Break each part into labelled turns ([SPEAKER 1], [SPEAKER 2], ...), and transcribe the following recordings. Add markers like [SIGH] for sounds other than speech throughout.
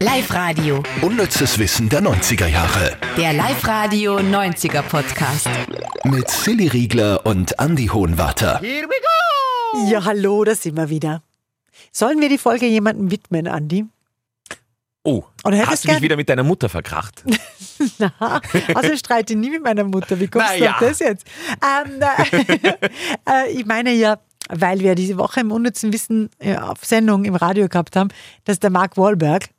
[SPEAKER 1] Live-Radio.
[SPEAKER 2] Unnützes Wissen der 90er Jahre.
[SPEAKER 1] Der Live-Radio 90er Podcast.
[SPEAKER 2] Mit Silly Riegler und Andy Hohenwarter.
[SPEAKER 3] Ja, hallo, da sind wir wieder. Sollen wir die Folge jemandem widmen, Andi? [LAUGHS]
[SPEAKER 4] Oh,
[SPEAKER 3] Oder hättest
[SPEAKER 4] hast du
[SPEAKER 3] gern-
[SPEAKER 4] mich wieder mit deiner Mutter verkracht?
[SPEAKER 3] Na, also ich streite nie mit meiner Mutter. Wie kommst
[SPEAKER 4] Naja.
[SPEAKER 3] du auf das jetzt? Ähm, na, [LAUGHS] äh, ich meine ja, weil wir diese Woche im unnützen Wissen äh, auf Sendung im Radio gehabt haben, dass der Mark Wahlberg,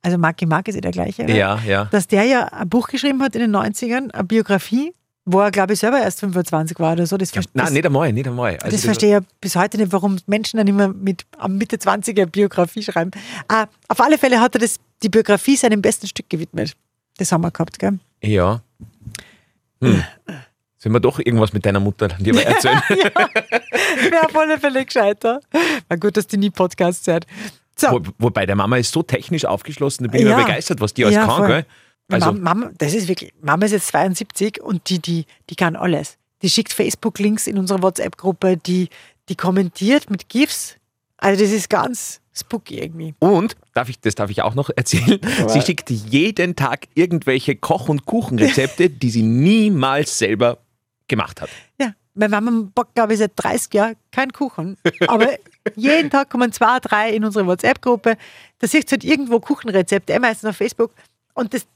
[SPEAKER 3] also Marky Mark ist eh der gleiche, oder?
[SPEAKER 4] Ja, ja.
[SPEAKER 3] dass der ja ein Buch geschrieben hat in den 90ern, eine Biografie, wo er, glaube ich, selber erst 25 war oder so. Das, verstehe
[SPEAKER 4] Nein,
[SPEAKER 3] das,
[SPEAKER 4] nicht einmal, nicht einmal. Also
[SPEAKER 3] das verstehe ich bis heute nicht, warum Menschen dann immer mit am Mitte 20er Biografie schreiben. Ah, auf alle Fälle hat er das, die Biografie seinem besten Stück gewidmet. Das haben wir gehabt, gell? [LAUGHS]
[SPEAKER 4] Ja. Hm. Sollen wir doch irgendwas mit deiner Mutter
[SPEAKER 3] [LAUGHS]
[SPEAKER 4] dann dir erzählen?
[SPEAKER 3] Wäre auf alle Fälle gescheiter. War gut, dass die nie Podcasts hört. So,
[SPEAKER 4] Wo, wobei, der Mama ist so technisch aufgeschlossen, da bin ich
[SPEAKER 3] Ja.
[SPEAKER 4] immer begeistert, was die alles
[SPEAKER 3] Ja,
[SPEAKER 4] kann,
[SPEAKER 3] voll.
[SPEAKER 4] gell? Also,
[SPEAKER 3] Mam- Mama, das ist wirklich, Mama ist jetzt 72 und die, die, die kann alles. Die schickt Facebook-Links in unsere WhatsApp-Gruppe, die, die kommentiert mit GIFs. Also das ist ganz spooky irgendwie.
[SPEAKER 4] und, darf ich, das darf ich auch noch erzählen, sie schickt jeden Tag irgendwelche Koch- und
[SPEAKER 3] [LAUGHS]
[SPEAKER 4] Kuchenrezepte, die sie niemals selber gemacht hat.
[SPEAKER 3] Ja, meine Mama backt, glaube ich, seit 30 Jahren keinen Kuchen.
[SPEAKER 4] [LAUGHS]
[SPEAKER 3] Aber jeden Tag kommen zwei, drei in unsere WhatsApp-Gruppe. Da sieht halt irgendwo Kuchenrezepte, eh meistens auf Facebook. Und das,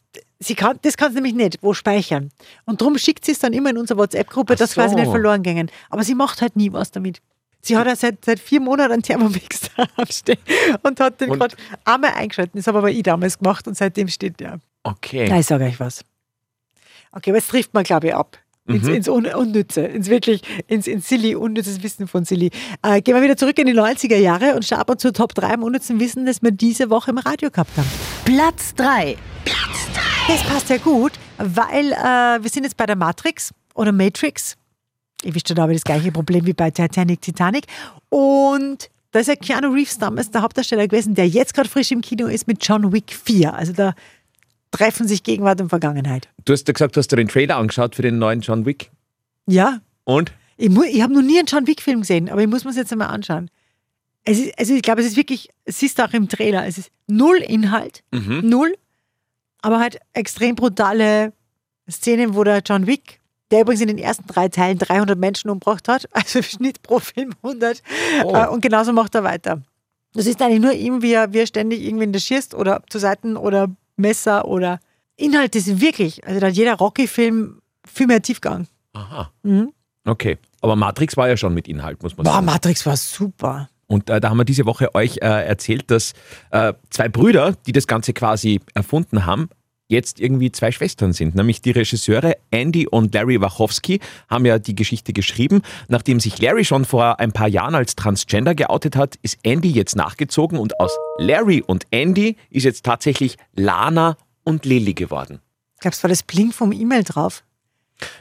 [SPEAKER 3] sie kann, das kann sie nämlich nicht wo speichern. Und darum schickt sie es dann immer in unsere WhatsApp-Gruppe,
[SPEAKER 4] Ach
[SPEAKER 3] dass
[SPEAKER 4] so.
[SPEAKER 3] quasi nicht verloren gingen. Aber sie macht halt nie was damit. Sie hat ja seit, seit vier Monaten einen Thermomix [LAUGHS] daheimstehen und hat den
[SPEAKER 4] Und-
[SPEAKER 3] gerade einmal eingeschalten. Das habe aber ich damals gemacht und seitdem steht der.
[SPEAKER 4] Okay.
[SPEAKER 3] Nein, ich sage euch was. Okay, aber jetzt trifft man, glaube ich, ab. Ins,
[SPEAKER 4] Mhm.
[SPEAKER 3] ins Un Unnütze, ins wirklich, ins, ins Silly, unnützes Wissen von Silly. Äh, gehen wir wieder zurück in die 90er Jahre und starten zur Top 3 im unnützen Wissen, das wir diese Woche im Radio gehabt haben.
[SPEAKER 1] Platz 3.
[SPEAKER 3] Das passt ja gut, weil äh, wir sind jetzt bei der Matrix oder Matrix. Ich wischte da aber das gleiche Problem wie bei Titanic, Titanic. Und da ist ja Keanu Reeves damals der Hauptdarsteller gewesen, der jetzt gerade frisch im Kino ist mit John Wick 4. Also da treffen sich Gegenwart und Vergangenheit.
[SPEAKER 4] Du hast ja gesagt, du hast dir den Trailer angeschaut für den neuen John Wick.
[SPEAKER 3] Ja,
[SPEAKER 4] Und?
[SPEAKER 3] Ich, mu- ich habe noch nie einen John Wick-Film gesehen, aber ich muss mir es jetzt einmal anschauen. Es ist, also ich glaube, es ist wirklich, es ist auch im Trailer, es ist null Inhalt,
[SPEAKER 4] Mhm.
[SPEAKER 3] null, aber halt extrem brutale Szenen, wo der John Wick, der übrigens in den ersten drei Teilen 300 Menschen umgebracht hat, [LAUGHS] also im Schnitt pro Film 100,
[SPEAKER 4] Oh.
[SPEAKER 3] äh, und genauso macht er weiter. Das ist eigentlich nur ihm, wie er, wie er ständig irgendwen da schießt oder zu Seiten oder Messer oder Inhalte sind wirklich, also da hat jeder Rocky-Film viel mehr Tiefgang.
[SPEAKER 4] Aha.
[SPEAKER 3] Mhm.
[SPEAKER 4] Okay. Aber Matrix war ja schon mit Inhalt, muss man
[SPEAKER 3] Boah,
[SPEAKER 4] sagen.
[SPEAKER 3] Matrix war super.
[SPEAKER 4] Und äh, da haben wir diese Woche euch äh, erzählt, dass äh, zwei Brüder, die das Ganze quasi erfunden haben, jetzt irgendwie zwei Schwestern sind. Nämlich die Regisseure Andy und Larry Wachowski haben ja die Geschichte geschrieben. Nachdem sich Larry schon vor ein paar Jahren als Transgender geoutet hat, ist Andy jetzt nachgezogen und aus Larry und Andy ist jetzt tatsächlich Lana und Lily geworden.
[SPEAKER 3] Glaubst du, war das Blink vom E-Mail drauf?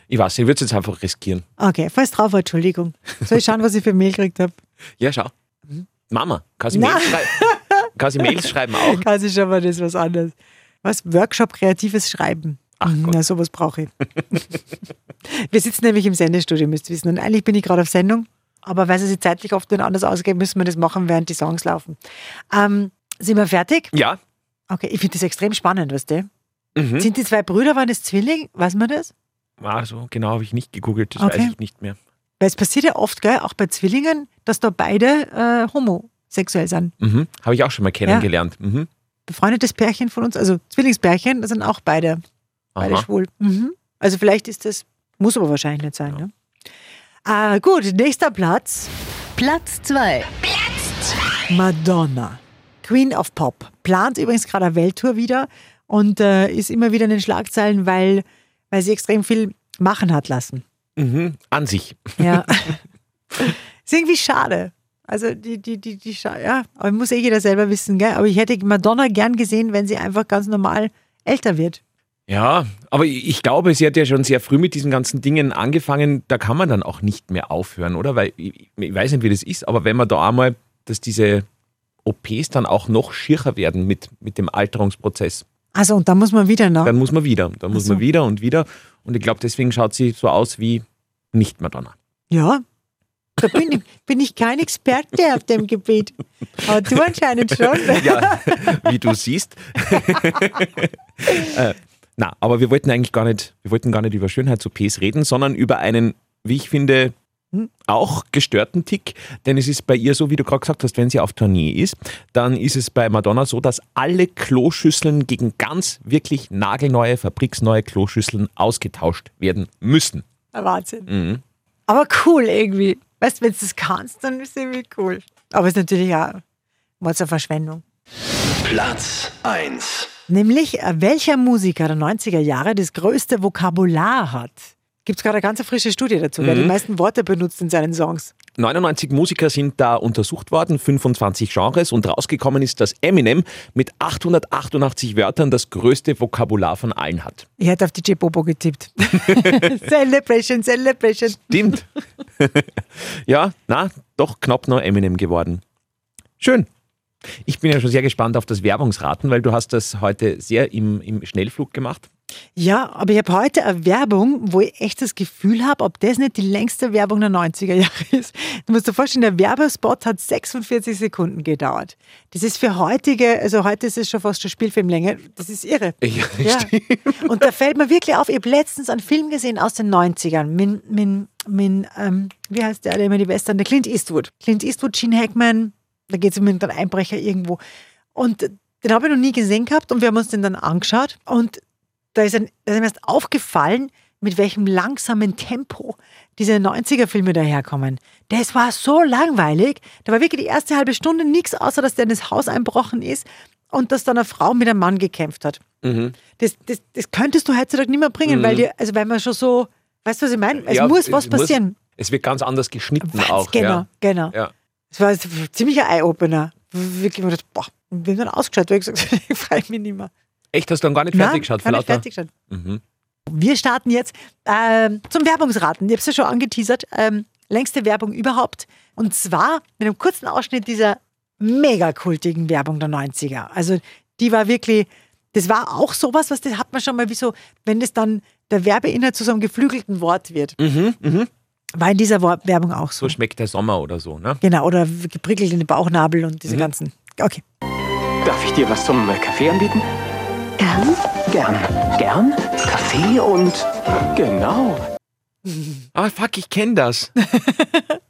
[SPEAKER 4] Ich weiß, ich würde es jetzt einfach riskieren.
[SPEAKER 3] Okay, falls drauf war, Entschuldigung. Soll ich schauen, was ich für Mail gekriegt habe?
[SPEAKER 4] Ja, schau. Mama, kann sie Mails schreiben? Kann sie Mails schreiben auch?
[SPEAKER 3] Kann sich aber das ist was anderes. Was? Workshop kreatives Schreiben.
[SPEAKER 4] Ach
[SPEAKER 3] Mhm,
[SPEAKER 4] Gott.
[SPEAKER 3] Na, sowas brauche
[SPEAKER 4] [LAUGHS]
[SPEAKER 3] ich. Wir sitzen nämlich im Sendestudio, müsst ihr wissen. Und eigentlich bin ich gerade auf Sendung, aber weil es sich zeitlich oft nicht anders ausgeht, müssen wir das machen, während die Songs laufen. Ähm, sind wir fertig?
[SPEAKER 4] Ja.
[SPEAKER 3] Okay, ich finde das extrem spannend, weißt du?
[SPEAKER 4] Mhm.
[SPEAKER 3] Sind die zwei Brüder, waren das Zwilling? Weiß man das?
[SPEAKER 4] Ah, so genau habe ich nicht gegoogelt, das
[SPEAKER 3] Okay.
[SPEAKER 4] weiß ich nicht mehr.
[SPEAKER 3] Weil es passiert ja oft, gell, auch bei Zwillingen, dass da beide äh, homosexuell sind.
[SPEAKER 4] Mhm. Habe ich auch schon mal kennengelernt. Mhm.
[SPEAKER 3] befreundetes Pärchen von uns, also Zwillingspärchen, das sind auch beide, beide
[SPEAKER 4] Aha.
[SPEAKER 3] schwul. Mhm. Also vielleicht ist das, muss aber wahrscheinlich nicht sein. Ne? Ah, gut, nächster Platz.
[SPEAKER 1] Platz 2.
[SPEAKER 3] Madonna, Queen of Pop, plant übrigens gerade eine Welttour wieder und äh, ist immer wieder in den Schlagzeilen, weil, weil sie extrem viel machen hat lassen.
[SPEAKER 4] Mhm. An sich.
[SPEAKER 3] Ja. ist irgendwie schade. Also die, die, die, die, scha- ja, aber muss eh jeder selber wissen, gell? Aber ich hätte Madonna gern gesehen, wenn sie einfach ganz normal älter wird.
[SPEAKER 4] Ja, aber ich ich glaube, sie hat ja schon sehr früh mit diesen ganzen Dingen angefangen. Da kann man dann auch nicht mehr aufhören, oder? Weil ich, ich weiß nicht, wie das ist, aber wenn man da einmal, dass diese OPs dann auch noch schircher werden mit, mit dem Alterungsprozess,
[SPEAKER 3] Also und da muss man wieder nach.
[SPEAKER 4] dann muss man wieder. Dann muss
[SPEAKER 3] Ach so.
[SPEAKER 4] man
[SPEAKER 3] [LAUGHS]
[SPEAKER 4] wieder und wieder. Und ich glaube, deswegen schaut sie so aus wie nicht Madonna.
[SPEAKER 3] Ja, Da bin ich, bin ich kein Experte auf dem Gebiet. Aber du anscheinend schon.
[SPEAKER 4] Ja, wie du siehst. [LAUGHS] äh, na, aber wir wollten eigentlich gar nicht, wir wollten gar nicht über Schönheits-OPs reden, sondern über einen, wie ich finde,
[SPEAKER 3] Hm?
[SPEAKER 4] auch gestörten Tick, denn es ist bei ihr so, wie du gerade gesagt hast, wenn sie auf Tournee ist, dann ist es bei Madonna so, dass alle Kloschüsseln gegen ganz wirklich nagelneue, fabriksneue Kloschüsseln ausgetauscht werden müssen.
[SPEAKER 3] [LAUGHS] Wahnsinn. Aber cool irgendwie. Weißt du, wenn du das kannst, dann ist es irgendwie cool. Aber es ist natürlich auch Mords an Verschwendung.
[SPEAKER 2] Platz 1.
[SPEAKER 3] Nämlich, äh, welcher Musiker der 90er Jahre das größte Vokabular hat. Gibt es gerade eine ganz frische Studie dazu, wer die meisten Worte benutzt in seinen Songs.
[SPEAKER 4] 99 Musiker sind da untersucht worden, 25 Genres und rausgekommen ist, dass Eminem mit 888 Wörtern das größte Vokabular von allen hat.
[SPEAKER 3] Ich hätte auf DJ Bobo getippt. [LAUGHS] celebration, Celebration.
[SPEAKER 4] Stimmt. ja, na, doch knapp noch Eminem geworden. Schön. Ich bin ja schon sehr gespannt auf das Werbungsraten, weil du hast das heute sehr im, im Schnellflug gemacht.
[SPEAKER 3] Ja, aber ich habe heute eine Werbung, wo ich echt das Gefühl habe, ob das nicht die längste Werbung der 90er Jahre [LAUGHS] ist. Du musst dir vorstellen, der Werbespot hat 46 Sekunden gedauert. Das ist für heutige, also heute ist es schon fast schon Spielfilmlänge. Das ist irre.
[SPEAKER 4] Ja,
[SPEAKER 3] Und da fällt mir wirklich auf, ich habe letztens einen Film gesehen aus den 90ern. Min, min, min, ähm, wie heißt der, der immer die Western? Der Clint Eastwood. Clint Eastwood, Gene Hackman, da geht es um irgendeinen Einbrecher irgendwo. Und den habe ich noch nie gesehen gehabt und wir haben uns den dann angeschaut. Und da ist, ein, da ist mir erst aufgefallen, mit welchem langsamen Tempo diese 90er-Filme daherkommen. Das war so langweilig. Da war wirklich die erste halbe Stunde nichts, außer dass der in das Haus einbrochen ist und dass dann eine Frau mit einem Mann gekämpft hat. Das, das, das könntest du heutzutage nicht mehr bringen, weil, die, also weil man schon so, weißt du, was ich meine? Es
[SPEAKER 4] Mhm. Ja,
[SPEAKER 3] muss was passieren.
[SPEAKER 4] es wird ganz anders geschnitten
[SPEAKER 3] Wahnsinn,
[SPEAKER 4] auch.
[SPEAKER 3] genau,
[SPEAKER 4] ja.
[SPEAKER 3] genau.
[SPEAKER 4] Ja.
[SPEAKER 3] Es war jetzt ein ziemlicher Eye-Opener. Wirklich, ich dachte, boah, ich bin dann ausgeschaut, weil ich gesagt [LAUGHS] habe, ich freue mich nicht mehr.
[SPEAKER 4] Echt, hast du dann gar nicht fertig geschaut? Mhm. vor
[SPEAKER 3] Nein,
[SPEAKER 4] lauter-
[SPEAKER 3] fertig geschaut. Wir starten jetzt ähm, zum Werbungsraten. Ich habe es ja schon angeteasert. Ähm, längste Werbung überhaupt. Und zwar mit einem kurzen Ausschnitt dieser mega kultigen Werbung der 90er. Also die war wirklich, das war auch sowas, was das hat man schon mal wie so, wenn das dann der Werbeinhalt zu so einem geflügelten Wort wird. War in dieser Wor- Werbung auch so.
[SPEAKER 4] Mhm, So schmeckt der Sommer oder so, ne?
[SPEAKER 3] Genau, oder geprickelt in den Bauchnabel und
[SPEAKER 4] Mhm.
[SPEAKER 3] diese ganzen. Okay.
[SPEAKER 5] Darf ich dir was zum äh, Kaffee anbieten?
[SPEAKER 6] Gern?
[SPEAKER 5] Gern. Gern? Kaffee und. Genau.
[SPEAKER 4] Ah, fuck, ich kenne
[SPEAKER 3] [LAUGHS]
[SPEAKER 4] das.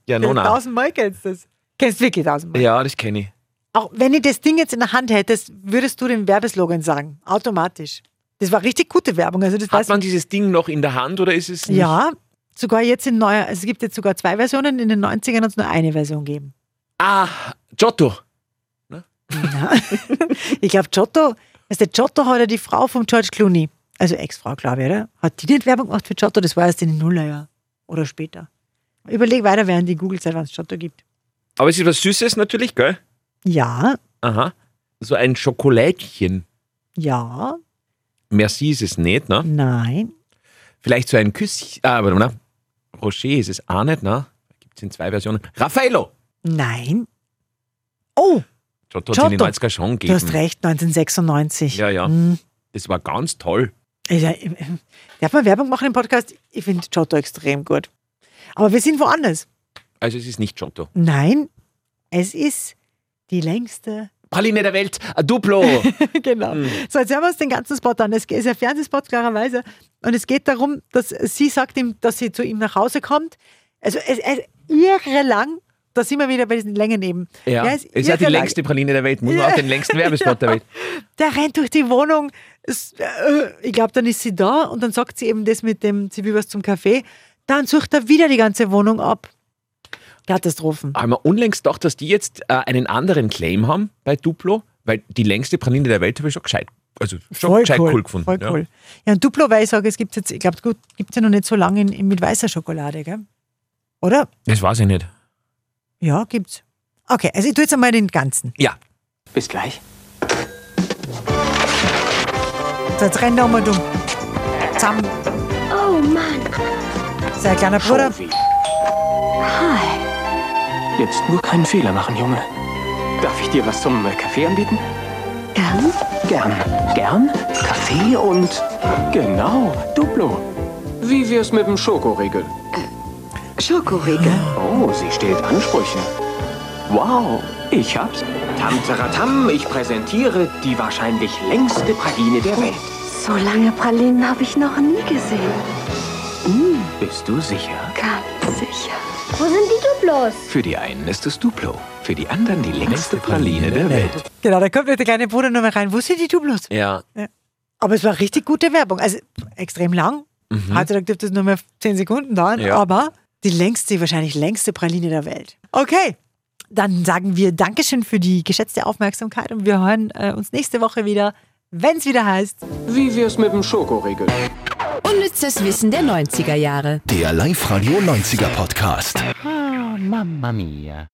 [SPEAKER 4] ja, Nona.
[SPEAKER 3] Tausendmal kennst du das. Kennst wirklich tausendmal.
[SPEAKER 4] Ja, das kenne ich.
[SPEAKER 3] Auch wenn du das Ding jetzt in der Hand hättest, würdest du den Werbeslogan sagen. Automatisch. Das war richtig gute Werbung. Also das
[SPEAKER 4] Hat
[SPEAKER 3] weiß
[SPEAKER 4] man dieses Ding noch in der Hand oder ist es nicht?
[SPEAKER 3] Ja, sogar jetzt in neuer. also Es gibt jetzt sogar zwei Versionen. In den 90ern hat es nur eine Version gegeben.
[SPEAKER 4] Ah, Giotto.
[SPEAKER 3] Ich glaube, Giotto, also der Giotto hat ja die Frau von George Clooney, also Ex-Frau, glaube ich, oder? Hat die nicht Werbung gemacht für Giotto? Das war erst in den Nullerjahren oder später. Überleg weiter, während die Google-Zeit, wann es Giotto gibt.
[SPEAKER 4] Aber es ist was Süßes natürlich, gell?
[SPEAKER 3] Ja,
[SPEAKER 4] Aha. So ein Schokolädchen.
[SPEAKER 3] ja,
[SPEAKER 4] Merci ist es nicht, ne?
[SPEAKER 3] nein.
[SPEAKER 4] Vielleicht so ein Küsschen. Ah, warte mal. ne? Rocher ist es auch nicht, ne? Gibt es in zwei Versionen. Raffaello.
[SPEAKER 3] Nein. Oh,
[SPEAKER 4] Giotto hat es in den
[SPEAKER 3] Giotto.
[SPEAKER 4] 90er schon
[SPEAKER 3] du
[SPEAKER 4] gegeben.
[SPEAKER 3] hast recht, 1996.
[SPEAKER 4] Ja, ja.
[SPEAKER 3] Hm.
[SPEAKER 4] Das war ganz toll.
[SPEAKER 3] Ja, äh, darf man Werbung machen im Podcast? Ich finde Giotto extrem gut. Aber wir sind woanders.
[SPEAKER 4] Also es ist nicht Giotto.
[SPEAKER 3] Nein, es ist die längste. [LAUGHS]
[SPEAKER 4] Praline der Welt. a Duplo.
[SPEAKER 3] genau.
[SPEAKER 4] Mhm.
[SPEAKER 3] So, jetzt hören wir uns den ganzen Spot an. Es ist ein Fernsehspot, klarerweise. Und es geht darum, dass sie sagt ihm, dass sie zu ihm nach Hause kommt. Also, es es ist irre lang. Da sind wir wieder bei diesen Längen eben.
[SPEAKER 4] [LAUGHS] ja.
[SPEAKER 3] Der
[SPEAKER 4] Es ist ja die
[SPEAKER 3] irre lang.
[SPEAKER 4] längste Praline der Welt. Muss man
[SPEAKER 3] Ja.
[SPEAKER 4] auch den längsten Werbespot der Welt.
[SPEAKER 3] Der rennt durch die Wohnung. Es- äh, Ich glaube, dann ist sie da und dann sagt sie eben das mit dem, sie will was zum Kaffee. Dann sucht er wieder die ganze Wohnung ab. Katastrophen.
[SPEAKER 4] haben wir unlängst gedacht, dass die jetzt äh, einen anderen Claim haben bei Duplo, weil die längste Praline der Welt habe ich schon gescheit, also schon gescheit cool, gefunden.
[SPEAKER 3] Voll
[SPEAKER 4] ja.
[SPEAKER 3] cool. Ja, und Duplo, weil ich sage, es gibt jetzt, ich glaube, gibt es ja noch nicht so lange in, in, mit weißer Schokolade, gell? Oder?
[SPEAKER 4] Das weiß ich nicht.
[SPEAKER 3] Ja, gibt's. Okay, also ich tue jetzt einmal den ganzen.
[SPEAKER 4] Ja,
[SPEAKER 5] Bis gleich.
[SPEAKER 3] So, Jetzt rennt er einmal dumm. Zusammen.
[SPEAKER 6] Oh Mann.
[SPEAKER 3] Sein kleiner Bruder.
[SPEAKER 5] Profi.
[SPEAKER 6] Hi.
[SPEAKER 5] Jetzt nur keinen Fehler machen, Junge. Darf ich dir was zum äh, Kaffee anbieten?
[SPEAKER 6] Gern?
[SPEAKER 5] Gern. Gern? Kaffee und. Genau. Duplo. Wie wär's mit dem Schokoriegel?
[SPEAKER 6] Schokoriegel.
[SPEAKER 5] Oh, sie stellt Ansprüche. Wow, ich hab's. Tamteratam, ich präsentiere die wahrscheinlich längste Praline der Welt.
[SPEAKER 6] So lange Pralinen habe ich noch nie gesehen.
[SPEAKER 5] Bist du sicher?
[SPEAKER 6] Ganz sicher.
[SPEAKER 7] Wo sind die Duplos?
[SPEAKER 5] Für die einen ist es Duplo, für die anderen die längste Praline der Welt.
[SPEAKER 3] Genau, da kommt der kleine Bruder nochmal rein. Wo sind die Dublos?
[SPEAKER 4] Ja.
[SPEAKER 3] Aber es war richtig gute Werbung. Also extrem lang. Heutzutage dürfte es nur mehr 10 Sekunden dauern.
[SPEAKER 4] Ja.
[SPEAKER 3] Aber die längste, wahrscheinlich längste Praline der Welt. Okay, dann sagen wir Dankeschön für die geschätzte Aufmerksamkeit und wir hören äh, uns nächste Woche wieder, wenn es wieder heißt.
[SPEAKER 5] Wie wär's mit dem Schokoriegel?
[SPEAKER 1] Unnützes Wissen der 90er Jahre.
[SPEAKER 2] Der Live-Radio 90er Podcast.
[SPEAKER 8] Mamma mia.